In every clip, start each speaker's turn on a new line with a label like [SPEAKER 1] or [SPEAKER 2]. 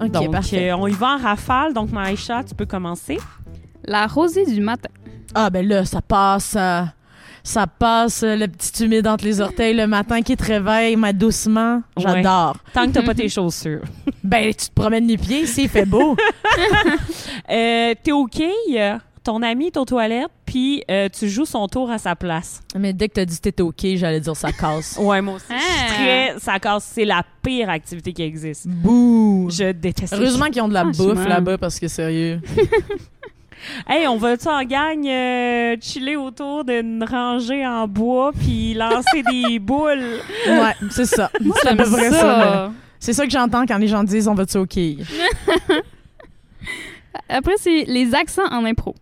[SPEAKER 1] OK,
[SPEAKER 2] donc,
[SPEAKER 1] parfait.
[SPEAKER 2] euh, on y va en rafale. Donc, Maïcha, tu peux commencer.
[SPEAKER 3] La rosée du matin.
[SPEAKER 1] Ah, ben là, ça passe. euh, ça passe euh, le petit humide entre les orteils le matin qui te réveille, ma doucement. J'adore.
[SPEAKER 2] Tant que t'as pas tes chaussures.
[SPEAKER 1] Ben, tu te promènes les pieds, s'il fait beau.
[SPEAKER 2] Euh, T'es au quai, ton ami est aux toilettes, puis euh, tu joues son tour à sa place.
[SPEAKER 1] Mais dès que t'as dit t'étais OK, j'allais dire ça casse.
[SPEAKER 2] Ouais, moi aussi.
[SPEAKER 3] Ah.
[SPEAKER 2] Je suis très... Ça casse. C'est la pire activité qui existe.
[SPEAKER 1] Bouh!
[SPEAKER 2] Je déteste ça.
[SPEAKER 1] Heureusement qu'ils ont de la
[SPEAKER 3] Franchement.
[SPEAKER 1] bouffe là-bas parce que sérieux.
[SPEAKER 2] Hey, on va-tu en gang euh, chiller autour d'une rangée en bois puis lancer des boules?
[SPEAKER 1] Ouais, c'est ça. Ah, C'est à peu près ça. là.
[SPEAKER 3] ça.
[SPEAKER 1] C'est ça que j'entends quand les gens disent on va te quai.
[SPEAKER 3] Après, c'est les accents en impro.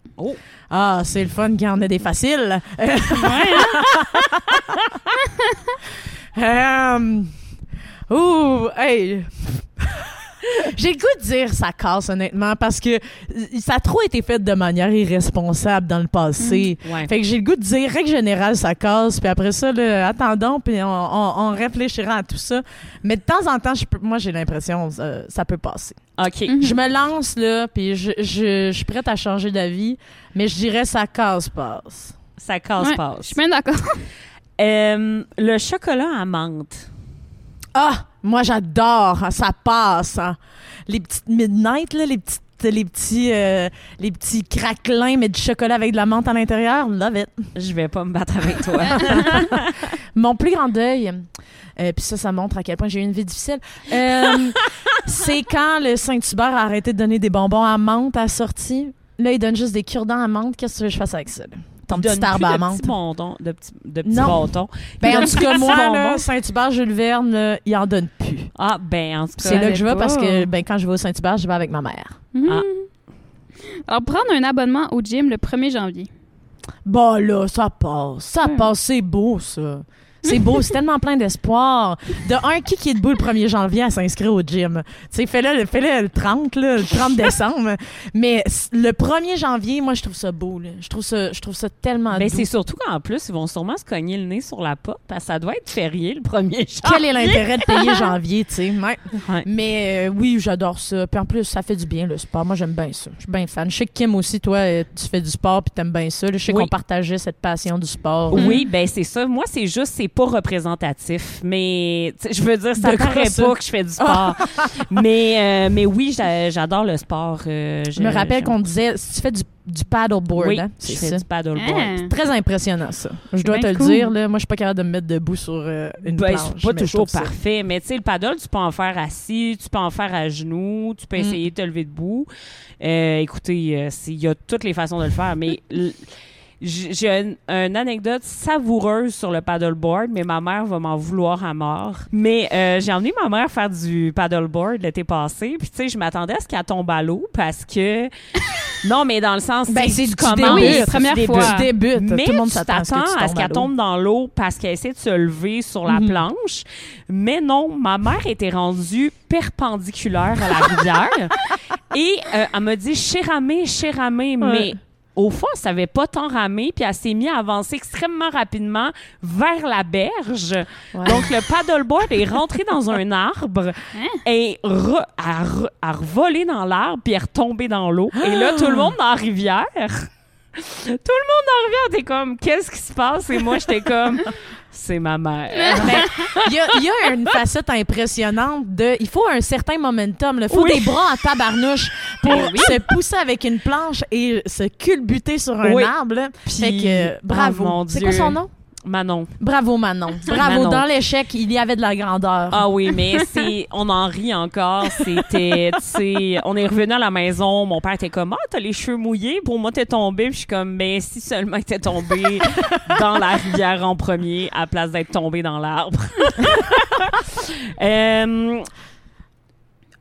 [SPEAKER 1] Ah, c'est le fun quand on a des faciles.
[SPEAKER 2] hein?
[SPEAKER 1] Euh, ouh, hey. J'ai le goût de dire ça casse honnêtement parce que y- ça a trop été fait de manière irresponsable dans le passé.
[SPEAKER 2] Ouais.
[SPEAKER 1] Fait que j'ai le goût de dire règle générale ça casse puis après ça là, attendons puis on, on- on réfléchira à tout ça. Mais de temps en temps je peux- moi j'ai l'impression euh, ça peut passer.
[SPEAKER 2] OK.
[SPEAKER 1] Je me lance là puis je, je- je suis prête à changer d'avis mais je dirais ça casse passe.
[SPEAKER 2] Ça casse
[SPEAKER 3] Ouais, Je
[SPEAKER 2] passe.
[SPEAKER 3] suis bien d'accord.
[SPEAKER 2] Euh, le chocolat à menthe.
[SPEAKER 1] Ah, moi j'adore, hein, ça passe. hein. Les petites midnight là, les petites les petits euh, les petits craquelins mais du chocolat avec de la menthe à l'intérieur, love it.
[SPEAKER 2] Je vais pas me battre avec toi.
[SPEAKER 1] Mon plus grand deuil. euh, Puis ça, ça montre à quel point j'ai eu une vie difficile. euh, c'est quand le Saint-Hubert a arrêté de donner des bonbons à menthe à la sortie. Là, il donne juste des cure-dents à menthe. Qu'est-ce que tu veux que je fasse avec ça? là? Ton petit
[SPEAKER 2] Donne
[SPEAKER 1] arbre
[SPEAKER 2] plus
[SPEAKER 1] à
[SPEAKER 2] de
[SPEAKER 1] menthe.
[SPEAKER 2] petits bondons- de petits, de petits
[SPEAKER 1] Non.
[SPEAKER 2] bâtons.
[SPEAKER 1] Ben, en
[SPEAKER 2] Donne
[SPEAKER 1] tout
[SPEAKER 2] plus
[SPEAKER 1] cas,
[SPEAKER 2] de
[SPEAKER 1] moi,
[SPEAKER 2] bonbons.
[SPEAKER 1] là, Saint-Hubert, Jules Verne, là, il en donne plus. Puis
[SPEAKER 2] Ah, ben, en tout
[SPEAKER 1] C'est
[SPEAKER 2] cas.
[SPEAKER 1] là que je vais
[SPEAKER 3] pas.
[SPEAKER 1] parce que ben, quand je vais au Saint-Hubert, je vais avec ma mère.
[SPEAKER 3] Mhm.
[SPEAKER 2] Ah.
[SPEAKER 3] Alors, prendre un abonnement au gym le 1er janvier.
[SPEAKER 1] Bon, Bah, là, ça passe. Ça
[SPEAKER 2] Hmm.
[SPEAKER 3] Ouais.
[SPEAKER 1] passe. C'est beau, ça. C'est beau, c'est tellement plein d'espoir. De un, qui qui est debout le 1er janvier à s'inscrire au gym? Tu sais, fais-le fais le 30, là, le 30 décembre. Mais s- le 1er janvier, moi, je trouve ça beau. là. Je, trouve ça, je trouve ça tellement
[SPEAKER 2] Ben,
[SPEAKER 1] doux.
[SPEAKER 2] c'est surtout qu'en plus, ils vont sûrement se cogner le nez sur la porte parce que ça doit être férié le 1er
[SPEAKER 1] Quel est l'intérêt de payer janvier, tu sais? Ouais.
[SPEAKER 2] Ah! Ouais.
[SPEAKER 1] Mais euh, oui, j'adore ça. Puis en plus, ça fait du bien, le sport. Moi, j'aime bien ça. Je suis bien fan. Je sais que Kim aussi, toi, euh, tu fais du sport puis t'aimes bien ça. là. Je sais
[SPEAKER 2] Oui.
[SPEAKER 1] qu'on partageait cette passion du sport.
[SPEAKER 2] Oui, ben c'est ça. Moi, c'est juste, c'est pas représentatif. Mais tu sais, je veux dire, ça
[SPEAKER 1] De quoi
[SPEAKER 2] paraît
[SPEAKER 1] ça?
[SPEAKER 2] pas que je fais du sport. mais, euh, mais oui, j'a- j'adore le sport. euh,
[SPEAKER 1] Je me rappelle
[SPEAKER 2] j'aime-
[SPEAKER 1] qu'on disait, si tu fais du, du paddleboard,
[SPEAKER 2] Oui,
[SPEAKER 1] hein,
[SPEAKER 2] je
[SPEAKER 1] c'est
[SPEAKER 2] fais
[SPEAKER 1] ça.
[SPEAKER 2] du paddleboard.
[SPEAKER 3] Hein?
[SPEAKER 1] Très impressionnant, ça. Je dois te
[SPEAKER 3] bien
[SPEAKER 1] le
[SPEAKER 3] cool.
[SPEAKER 1] dire, là, moi, je suis pas capable de me mettre debout sur euh, une
[SPEAKER 2] Ben,
[SPEAKER 1] planche.
[SPEAKER 2] c'est pas
[SPEAKER 1] mais je
[SPEAKER 2] toujours
[SPEAKER 1] trouve ça-
[SPEAKER 2] parfait, mais tu sais, le paddle, tu peux en faire assis, tu peux en faire à genoux, tu peux
[SPEAKER 1] Mm.
[SPEAKER 2] essayer de te lever debout. Euh, écoutez, euh, c'est- il y a toutes les façons de le faire, mais l- j- j'ai un- une anecdote savoureuse sur le paddleboard, mais ma mère va m'en vouloir à mort. Mais euh, j'ai emmené ma mère faire du paddleboard l'été passé, puis tu sais, je m'attendais à ce qu'elle tombe à l'eau parce que. non, mais dans le sens,
[SPEAKER 1] Ben,
[SPEAKER 2] tu sais,
[SPEAKER 1] c'est
[SPEAKER 2] tu
[SPEAKER 1] du
[SPEAKER 2] commences,
[SPEAKER 3] début,
[SPEAKER 2] tu
[SPEAKER 3] première
[SPEAKER 2] débutes.
[SPEAKER 3] fois.
[SPEAKER 1] Tu débutes.
[SPEAKER 2] Mais
[SPEAKER 1] tout le monde
[SPEAKER 2] tu
[SPEAKER 1] s'attend à ce que tu
[SPEAKER 2] t'attends à ce
[SPEAKER 1] tombes à
[SPEAKER 2] qu'elle
[SPEAKER 1] l'eau.
[SPEAKER 2] tombe dans l'eau parce qu'elle essaie de se lever sur la
[SPEAKER 1] Mhm.
[SPEAKER 2] planche. Mais non, ma mère était rendue perpendiculaire à la rivière. et euh, elle m'a dit « J'ai ramé, j'ai ramé mais... Au fond, elle savait pas tant ramer, puis elle s'est mise à avancer extrêmement rapidement vers la berge.
[SPEAKER 1] Ouais.
[SPEAKER 2] Donc, le paddleboard est rentré dans un arbre et re, a, re- a revolé dans l'arbre puis est retombé dans l'eau. Et là, tout le monde dans la rivière. Tout le monde dans la rivière, t'es comme, qu'est-ce qui se passe? Et moi, j'étais comme, c'est ma mère.
[SPEAKER 1] Il y, a, il y a une facette impressionnante de. Il faut un certain momentum. Il faut
[SPEAKER 2] Oui. Ben
[SPEAKER 1] des bras en tabarnouche pour se pousser avec une planche et se culbuter sur un
[SPEAKER 2] Oui.
[SPEAKER 1] arbre. là. Fait
[SPEAKER 2] Puis-
[SPEAKER 1] que, euh,
[SPEAKER 2] oh
[SPEAKER 1] bravo.
[SPEAKER 2] mon
[SPEAKER 1] C'est quoi
[SPEAKER 2] Dieu.
[SPEAKER 1] son nom?
[SPEAKER 2] Manon.
[SPEAKER 1] Bravo, Manon. Bravo.
[SPEAKER 2] Manon.
[SPEAKER 1] Dans l'échec, il y avait de la grandeur.
[SPEAKER 2] Ah oui, mais c'est, on en rit encore. C'était, tu sais, on est revenu à la maison. Mon père était comme, ah, t'as les cheveux mouillés. Pour moi, t'es tombé. Puis je suis comme, mais si seulement t'es tombé dans la rivière en premier, à place d'être tombé dans l'arbre. Euh,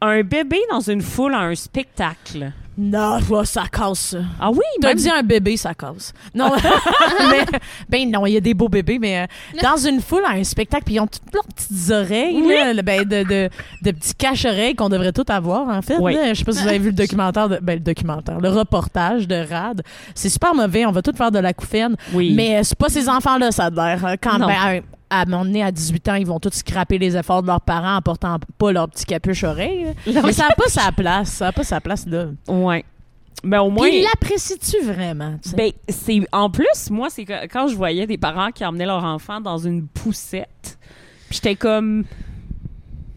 [SPEAKER 2] un bébé dans une foule à un spectacle.
[SPEAKER 1] Non, je vois, ça casse. ça.
[SPEAKER 2] Ah oui,
[SPEAKER 1] T'as
[SPEAKER 2] même-
[SPEAKER 1] dit un bébé, ça cause. Non, mais, ben non, il y a des beaux bébés, mais euh, dans une foule, à un spectacle, puis ils ont toutes leurs petites oreilles, là, le- ben, de, de, de petits cache-oreilles qu'on devrait tous avoir, en fait.
[SPEAKER 2] Oui.
[SPEAKER 1] là. Je sais pas si vous avez vu le documentaire, de, ben, le documentaire, le reportage de Rad. C'est super mauvais, on va tous faire de la couffaine,
[SPEAKER 2] oui.
[SPEAKER 1] mais euh, c'est pas ces enfants-là, ça a l'air, euh, quand
[SPEAKER 2] Non.
[SPEAKER 1] ben, à un- à un moment donné, à 18 ans, ils vont tous scraper les efforts de leurs parents en portant pas leur petit capuche oreille. là. Mais ça n'a pas sa place. Ça n'a pas sa place, là.
[SPEAKER 2] Ouais. Mais au moins.
[SPEAKER 1] Puis l'apprécies-tu vraiment? tu sais?
[SPEAKER 2] Ben, c'est en plus moi c'est que- quand je voyais des parents qui emmenaient leur enfant dans une poussette, puis j'étais comme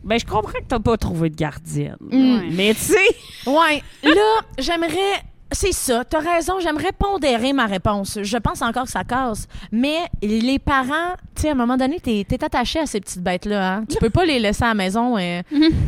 [SPEAKER 2] ben je comprends que t'as pas trouvé de gardienne.
[SPEAKER 3] Mm.
[SPEAKER 2] Mais tu sais,
[SPEAKER 1] Ouais. Là, j'aimerais. C'est ça, t'as raison, j'aimerais pondérer ma réponse. Je pense encore que ça casse. Mais les parents, tu sais, à un moment donné, t'es es attaché à ces petites bêtes-là. Hein? Tu peux pas les laisser à la maison euh,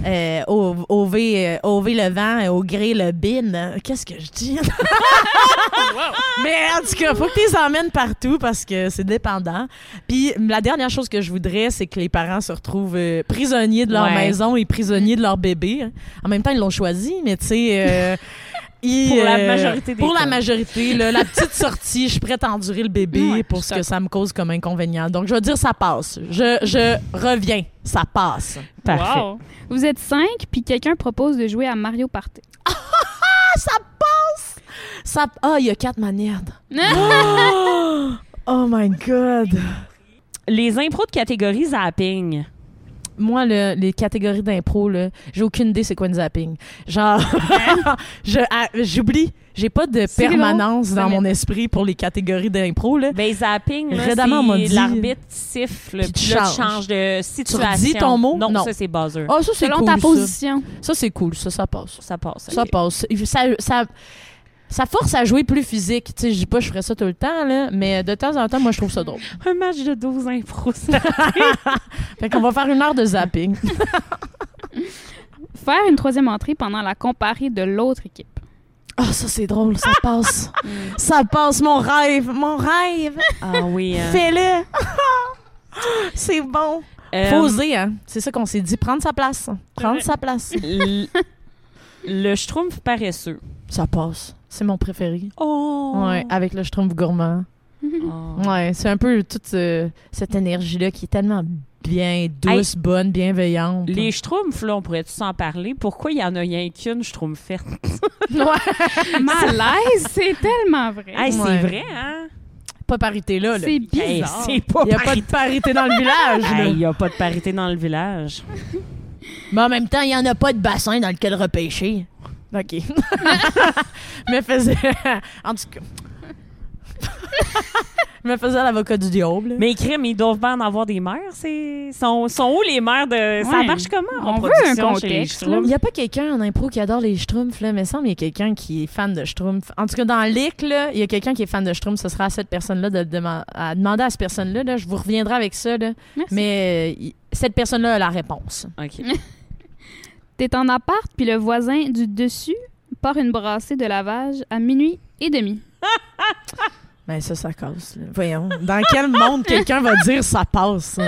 [SPEAKER 1] euh, au, au, V, euh, au V le vent, euh, au gré le bin. Euh, Qu'est-ce que je dis? Mais en tout cas, faut que tu les emmènes partout parce que c'est dépendant. Puis la dernière chose que je voudrais, c'est que les parents se retrouvent euh, prisonniers de leur
[SPEAKER 2] Ouais.
[SPEAKER 1] maison et prisonniers de leur bébé. hein. En même temps, ils l'ont choisi, mais tu sais. euh, ils, euh,
[SPEAKER 2] Pour la majorité des
[SPEAKER 1] Pour la
[SPEAKER 2] cas.
[SPEAKER 1] majorité, là, la petite sortie, je suis prête à endurer le bébé
[SPEAKER 3] Ouais,
[SPEAKER 1] pour
[SPEAKER 3] je
[SPEAKER 1] ce
[SPEAKER 3] suis
[SPEAKER 1] que ça me cause comme inconvénient. Donc, je veux dire, ça passe. Je, je reviens, ça passe.
[SPEAKER 2] parfait.
[SPEAKER 3] Wow. Vous êtes cinq, puis quelqu'un propose de jouer à Mario Party.
[SPEAKER 1] Ça. Ah, il y a quatre manières. Oh, oh my God!
[SPEAKER 2] Les impros de catégorie zapping.
[SPEAKER 1] moi, là, les catégories d'impro, là, j'ai aucune idée c'est quoi une zapping. Genre, je- ah, j'oublie. J'ai pas de
[SPEAKER 3] C'est
[SPEAKER 1] permanence
[SPEAKER 3] drôle.
[SPEAKER 1] dans
[SPEAKER 3] Ça
[SPEAKER 1] mon esprit pour les catégories d'impro, là.
[SPEAKER 2] Ben zapping là,
[SPEAKER 1] Récemment, on m'a
[SPEAKER 2] c'est
[SPEAKER 1] dit-
[SPEAKER 2] l'arbitre siffle
[SPEAKER 1] Puis tu
[SPEAKER 2] puis là
[SPEAKER 1] changes.
[SPEAKER 2] tu changes de situation.
[SPEAKER 1] redis ton mot?
[SPEAKER 2] Non,
[SPEAKER 1] Non.
[SPEAKER 2] ça c'est buzzer.
[SPEAKER 1] Ah, ça, c'est
[SPEAKER 3] Selon
[SPEAKER 1] cool,
[SPEAKER 3] ta
[SPEAKER 1] ça.
[SPEAKER 3] position.
[SPEAKER 1] Ça, c'est cool. Ça, ça passe.
[SPEAKER 2] Ça passe.
[SPEAKER 1] Ça
[SPEAKER 2] ok.
[SPEAKER 1] passe. Ça, ça, ça force à jouer plus physique. Tu sais, je dis pas que je ferais ça tout le temps, là, mais de temps en temps, moi, je trouve ça drôle.
[SPEAKER 2] Un match de 12 impros.
[SPEAKER 1] Fait qu'on va faire une heure de zapping.
[SPEAKER 3] Faire une troisième entrée pendant la comparée de l'autre équipe.
[SPEAKER 1] Ah, ça, c'est drôle. Ça passe. ça passe, mon rêve. Mon rêve.
[SPEAKER 2] ah oui. hein.
[SPEAKER 1] Fais-le. c'est bon.
[SPEAKER 2] Euh,
[SPEAKER 1] Faut oser, hein. C'est ça qu'on s'est dit. Prendre sa place. Prendre sa place.
[SPEAKER 2] l- le schtroumpf paresseux.
[SPEAKER 1] Ça passe. C'est mon préféré.
[SPEAKER 2] Oh.
[SPEAKER 1] Ouais, Ah. avec le schtroumpf gourmand.
[SPEAKER 2] Oh.
[SPEAKER 1] Ouais, c'est un peu toute euh, cette énergie-là qui est tellement bien douce, bonne, bienveillante.
[SPEAKER 2] Les schtroumpfs, là, on pourrait-tu s'en parler? Pourquoi il y en a rien qu'une schtroumpfette?
[SPEAKER 1] Ben Ouais.
[SPEAKER 3] Malaise, c'est tellement vrai.
[SPEAKER 2] Hey, c'est
[SPEAKER 1] Ouais.
[SPEAKER 2] vrai, hein?
[SPEAKER 1] pas parité là. là.
[SPEAKER 3] C'est
[SPEAKER 2] Hey,
[SPEAKER 3] bizarre.
[SPEAKER 2] c'est pas
[SPEAKER 1] Il n'y a pas
[SPEAKER 2] parité.
[SPEAKER 1] de parité dans le village. là.
[SPEAKER 2] Hey, il y a pas de parité dans le village.
[SPEAKER 1] Mais en même temps, il n'y en a pas de bassin dans lequel repêcher. OK. me faisait. en tout cas. me faisait l'avocat du diable.
[SPEAKER 2] Mais crème, ils doivent bien en avoir des mères. C'est... Sont, sont où les mères de. Ça
[SPEAKER 3] Ouais.
[SPEAKER 2] marche comment? en
[SPEAKER 3] On veut
[SPEAKER 2] production
[SPEAKER 3] un
[SPEAKER 2] chez les
[SPEAKER 3] contexte,
[SPEAKER 2] Schtroumpfs?
[SPEAKER 1] Il n'y a pas quelqu'un en impro qui adore les schtroumpfs, là, mais il semble qu'il y a quelqu'un qui est fan de schtroumpfs. En tout cas, dans l'IC, là, il y a quelqu'un qui est fan de schtroumpfs. Ce sera à cette personne-là de, le deman- à demander à cette personne-là. là. Je vous reviendrai avec ça, là.
[SPEAKER 3] Merci.
[SPEAKER 1] mais euh, il- cette personne-là a la réponse.
[SPEAKER 2] OK.
[SPEAKER 3] T'es en appart, puis le voisin du dessus part une brassée de lavage à minuit et demi.
[SPEAKER 1] Ben ça, ça casse. là. Voyons. Dans quel monde quelqu'un va dire ça passe? ça?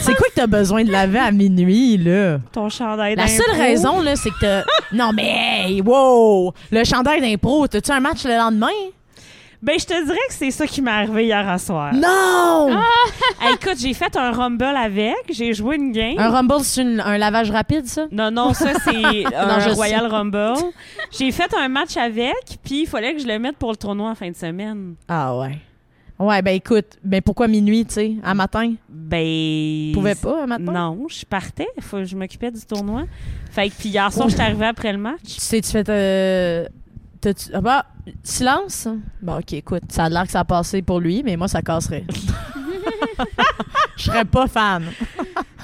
[SPEAKER 1] C'est quoi que t'as besoin de laver à minuit, là?
[SPEAKER 2] Ton chandail
[SPEAKER 1] La
[SPEAKER 2] d'impro.
[SPEAKER 1] seule raison, là, c'est que t'as... Non, mais hey, wow! Le chandail d'impro, t'as-tu un match le lendemain?
[SPEAKER 2] Ben, je te dirais que c'est ça qui m'est arrivé hier à soir.
[SPEAKER 1] Non!
[SPEAKER 2] Hey, écoute, j'ai fait un rumble avec, j'ai joué une game.
[SPEAKER 1] Un rumble, c'est une- un lavage rapide, ça?
[SPEAKER 2] Non, non, ça, c'est un
[SPEAKER 1] je
[SPEAKER 2] Royal Rumble. J'ai fait un match avec, puis il fallait que je le mette pour le tournoi en fin de semaine.
[SPEAKER 1] Ah ouais. Ouais, ben écoute, ben pourquoi minuit, tu sais, à matin?
[SPEAKER 2] Ben...
[SPEAKER 1] Tu pouvais pas à matin?
[SPEAKER 2] Non, je partais. Faut, je m'occupais du tournoi. Fait que, puis hier soir, je suis arrivée après le match.
[SPEAKER 1] Tu sais, tu fais... euh, t'as-tu- ah bah, silence? Bon, OK, écoute, ça a l'air que ça a passé pour lui, mais moi, ça casserait. Je serais pas fan.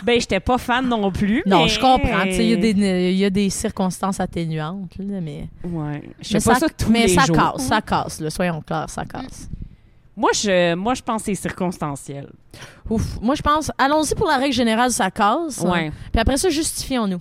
[SPEAKER 2] Ben, j'étais pas fan non plus.
[SPEAKER 1] Non,
[SPEAKER 2] mais-
[SPEAKER 1] je comprends. Tu sais, il y, a des- il y a des circonstances atténuantes, là, mais...
[SPEAKER 2] Ouais. Je
[SPEAKER 1] mais
[SPEAKER 2] fais pas ça tous
[SPEAKER 1] Mais
[SPEAKER 2] les
[SPEAKER 1] ça
[SPEAKER 2] jours.
[SPEAKER 1] casse, ça casse, là, soyons clairs, ça casse.
[SPEAKER 2] Moi, je, moi, je pense que c'est circonstanciel.
[SPEAKER 1] Ouf, moi, je pense... Allons-y pour la règle générale, ça casse.
[SPEAKER 2] Ouais.
[SPEAKER 1] Puis après ça, justifions-nous.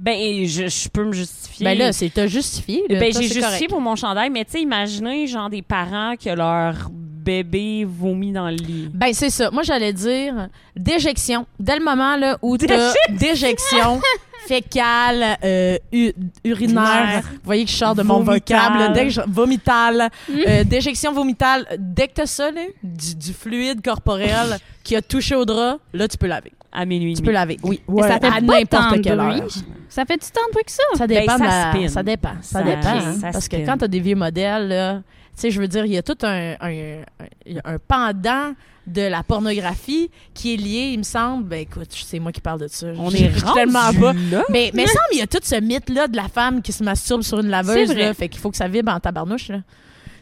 [SPEAKER 2] Ben, je, je peux me justifier.
[SPEAKER 1] Ben là, c'est t'as justifié. là,
[SPEAKER 2] Ben,
[SPEAKER 1] Euh, ça,
[SPEAKER 2] j'ai
[SPEAKER 1] c'est
[SPEAKER 2] justifié
[SPEAKER 1] correct.
[SPEAKER 2] pour mon chandail, mais tu sais, imaginez, genre, des parents que leur bébé vomit dans le lit.
[SPEAKER 1] Ben c'est ça. Moi j'allais dire déjection. Dès le moment là où t'as déjection fécale, euh, u- urinaire.
[SPEAKER 2] Urinaire.
[SPEAKER 1] Vous voyez que je sors de mon
[SPEAKER 2] Vomitale.
[SPEAKER 1] vocable. Dès que je- vomitale,
[SPEAKER 3] Mm.
[SPEAKER 1] euh, déjection vomitale. Dès que t'as ça là, du, du fluide corporel qui a touché au drap, là tu peux laver.
[SPEAKER 2] À minuit. et
[SPEAKER 1] Tu
[SPEAKER 2] demi.
[SPEAKER 1] peux laver. Oui.
[SPEAKER 3] Et ça fait
[SPEAKER 1] à
[SPEAKER 3] pas tant
[SPEAKER 1] n'importe
[SPEAKER 3] de
[SPEAKER 1] quelle
[SPEAKER 3] bruit.
[SPEAKER 1] heure.
[SPEAKER 3] Ça fait du temps de bruit que ça?
[SPEAKER 1] Ça dépend.
[SPEAKER 2] Ben, ça
[SPEAKER 1] de la-
[SPEAKER 2] spin.
[SPEAKER 1] ça dépend. Ça,
[SPEAKER 2] Ça-
[SPEAKER 1] dépend.
[SPEAKER 2] ça
[SPEAKER 1] hein, parce que
[SPEAKER 2] spin.
[SPEAKER 1] quand t'as des vieux modèles, là, tu sais, je veux dire, il y a tout un, un- un- il y a un pendant de la pornographie qui est liée, il me semble. Ben écoute, c'est moi qui parle de ça.
[SPEAKER 2] On
[SPEAKER 1] Je-
[SPEAKER 2] est
[SPEAKER 1] je suis
[SPEAKER 2] rendu
[SPEAKER 1] tellement bas.
[SPEAKER 2] là.
[SPEAKER 1] Mais, mais semble il y a tout ce mythe-là de la femme qui se masturbe sur une laveuse.
[SPEAKER 3] C'est vrai.
[SPEAKER 1] Là, fait qu'il faut que ça vibre en tabarnouche. Là.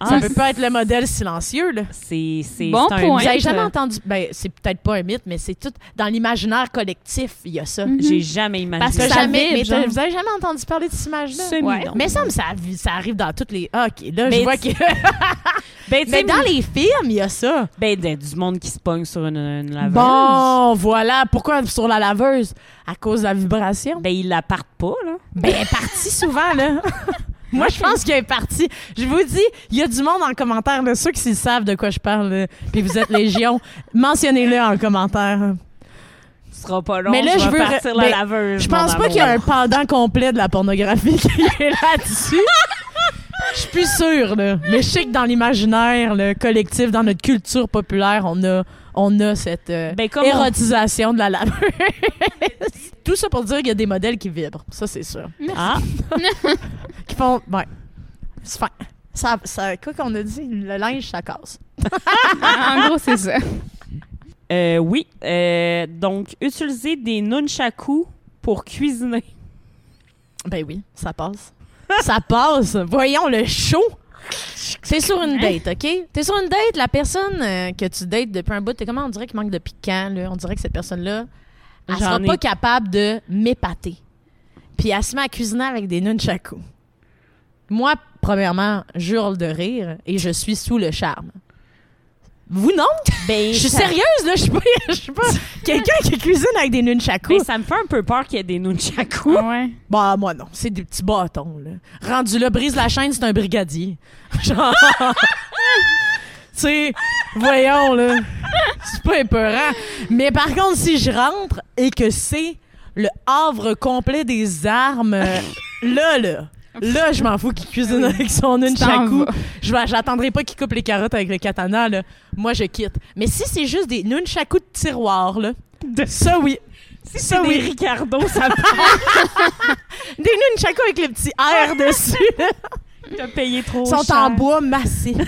[SPEAKER 2] Ah,
[SPEAKER 1] Ça peut pas être le modèle silencieux. Là.
[SPEAKER 2] C'est c'est
[SPEAKER 3] Bon
[SPEAKER 2] c'est un
[SPEAKER 3] point.
[SPEAKER 1] Vous avez
[SPEAKER 3] mythe.
[SPEAKER 1] jamais entendu... Ben, c'est peut-être pas un mythe, mais c'est tout dans l'imaginaire collectif, il y a ça.
[SPEAKER 3] Mhm.
[SPEAKER 2] J'ai jamais imaginé.
[SPEAKER 3] Parce que
[SPEAKER 1] T'as
[SPEAKER 3] ça
[SPEAKER 1] jamais,
[SPEAKER 3] vibre,
[SPEAKER 1] mais t'as-
[SPEAKER 3] genre.
[SPEAKER 1] vous avez jamais entendu parler de cette image-là?
[SPEAKER 2] Semi,
[SPEAKER 3] Ouais.
[SPEAKER 2] non.
[SPEAKER 1] Mais ça, me ça, vi- ça arrive dans toutes les... Ah, OK, là,
[SPEAKER 2] Mais
[SPEAKER 1] je vois que...
[SPEAKER 2] tu- ben, tu sais,
[SPEAKER 1] mais dans les films, il y a ça.
[SPEAKER 2] ben, ben, du monde qui se pogne sur une, une laveuse.
[SPEAKER 1] Bon, voilà. Pourquoi sur la laveuse? À cause de la vibration?
[SPEAKER 2] Ben, ils la partent pas, là.
[SPEAKER 1] Ben, elle est partie souvent, là. Moi, je pense qu'elle est partie. Je vous dis, il y a du monde en commentaire, là, ceux qui s'y savent de quoi je parle, là, puis vous êtes légion, mentionnez-le en commentaire.
[SPEAKER 2] Ce sera pas long.
[SPEAKER 1] Mais là, je
[SPEAKER 2] je
[SPEAKER 1] veux
[SPEAKER 2] vais partir
[SPEAKER 1] re-
[SPEAKER 2] la
[SPEAKER 1] ben,
[SPEAKER 2] laveuse.
[SPEAKER 1] Je pense
[SPEAKER 2] mon
[SPEAKER 1] pas qu'il y a un
[SPEAKER 2] amour.
[SPEAKER 1] pendant complet de la pornographie qui est là-dessus. Je suis plus sûre, là. Mais je sais que dans l'imaginaire le collectif, dans notre culture populaire, on a, on a cette euh,
[SPEAKER 2] Ben, comme on-
[SPEAKER 1] érotisation de la laveuse. Tout ça pour dire qu'il y a des modèles qui vibrent. Ça, c'est sûr.
[SPEAKER 2] Ah,
[SPEAKER 1] qui font ouais c'est fin ça, ça quoi qu'on a dit le linge ça casse
[SPEAKER 3] en gros, c'est ça.
[SPEAKER 2] euh, oui. Euh, donc, utiliser des nunchaku pour cuisiner.
[SPEAKER 1] ben oui ça passe ça passe voyons le show c'est sur une
[SPEAKER 2] Hein?
[SPEAKER 1] date, OK? T'es sur une date, la personne euh, que tu dates depuis un bout, t'es comment? On dirait qu'il manque de piquant, là. On dirait que cette personne-là, elle
[SPEAKER 2] J'en
[SPEAKER 1] sera
[SPEAKER 2] ai-
[SPEAKER 1] pas capable de m'épater. Puis elle se met à cuisiner avec des nunchaku. Moi, premièrement, j'hurle de rire et je suis sous le charme. Vous non?
[SPEAKER 2] Ben,
[SPEAKER 1] Je suis
[SPEAKER 2] ça-
[SPEAKER 1] sérieuse, là. Je suis pas, je suis pas quelqu'un qui cuisine avec des nunchakus.
[SPEAKER 2] Ben, ça me fait un peu peur qu'il y ait des nunchaku.
[SPEAKER 3] Ouais.
[SPEAKER 1] Bah, moi, non. C'est des petits bâtons, là. Rendu là, brise la chaîne, c'est un brigadier. Genre. tu sais, voyons, là. C'est pas épeurant. Mais par contre, si je rentre et que c'est le havre complet des armes, euh, là, là. Là, je m'en fous qu'il cuisine avec son
[SPEAKER 3] t'en
[SPEAKER 1] nunchaku.
[SPEAKER 3] vas.
[SPEAKER 1] Je vais- j'attendrai pas qu'il coupe les carottes avec le katana, là. Moi, je quitte. Mais si c'est juste des nunchaku de tiroir, là, ça oui.
[SPEAKER 2] Si c'est
[SPEAKER 1] Ça,
[SPEAKER 2] des
[SPEAKER 1] Ah oui.
[SPEAKER 2] Ricardo, ça
[SPEAKER 1] Des nunchaku avec les petits airs dessus, là,
[SPEAKER 2] peut te payer trop
[SPEAKER 1] sont
[SPEAKER 2] cher.
[SPEAKER 1] en bois massif.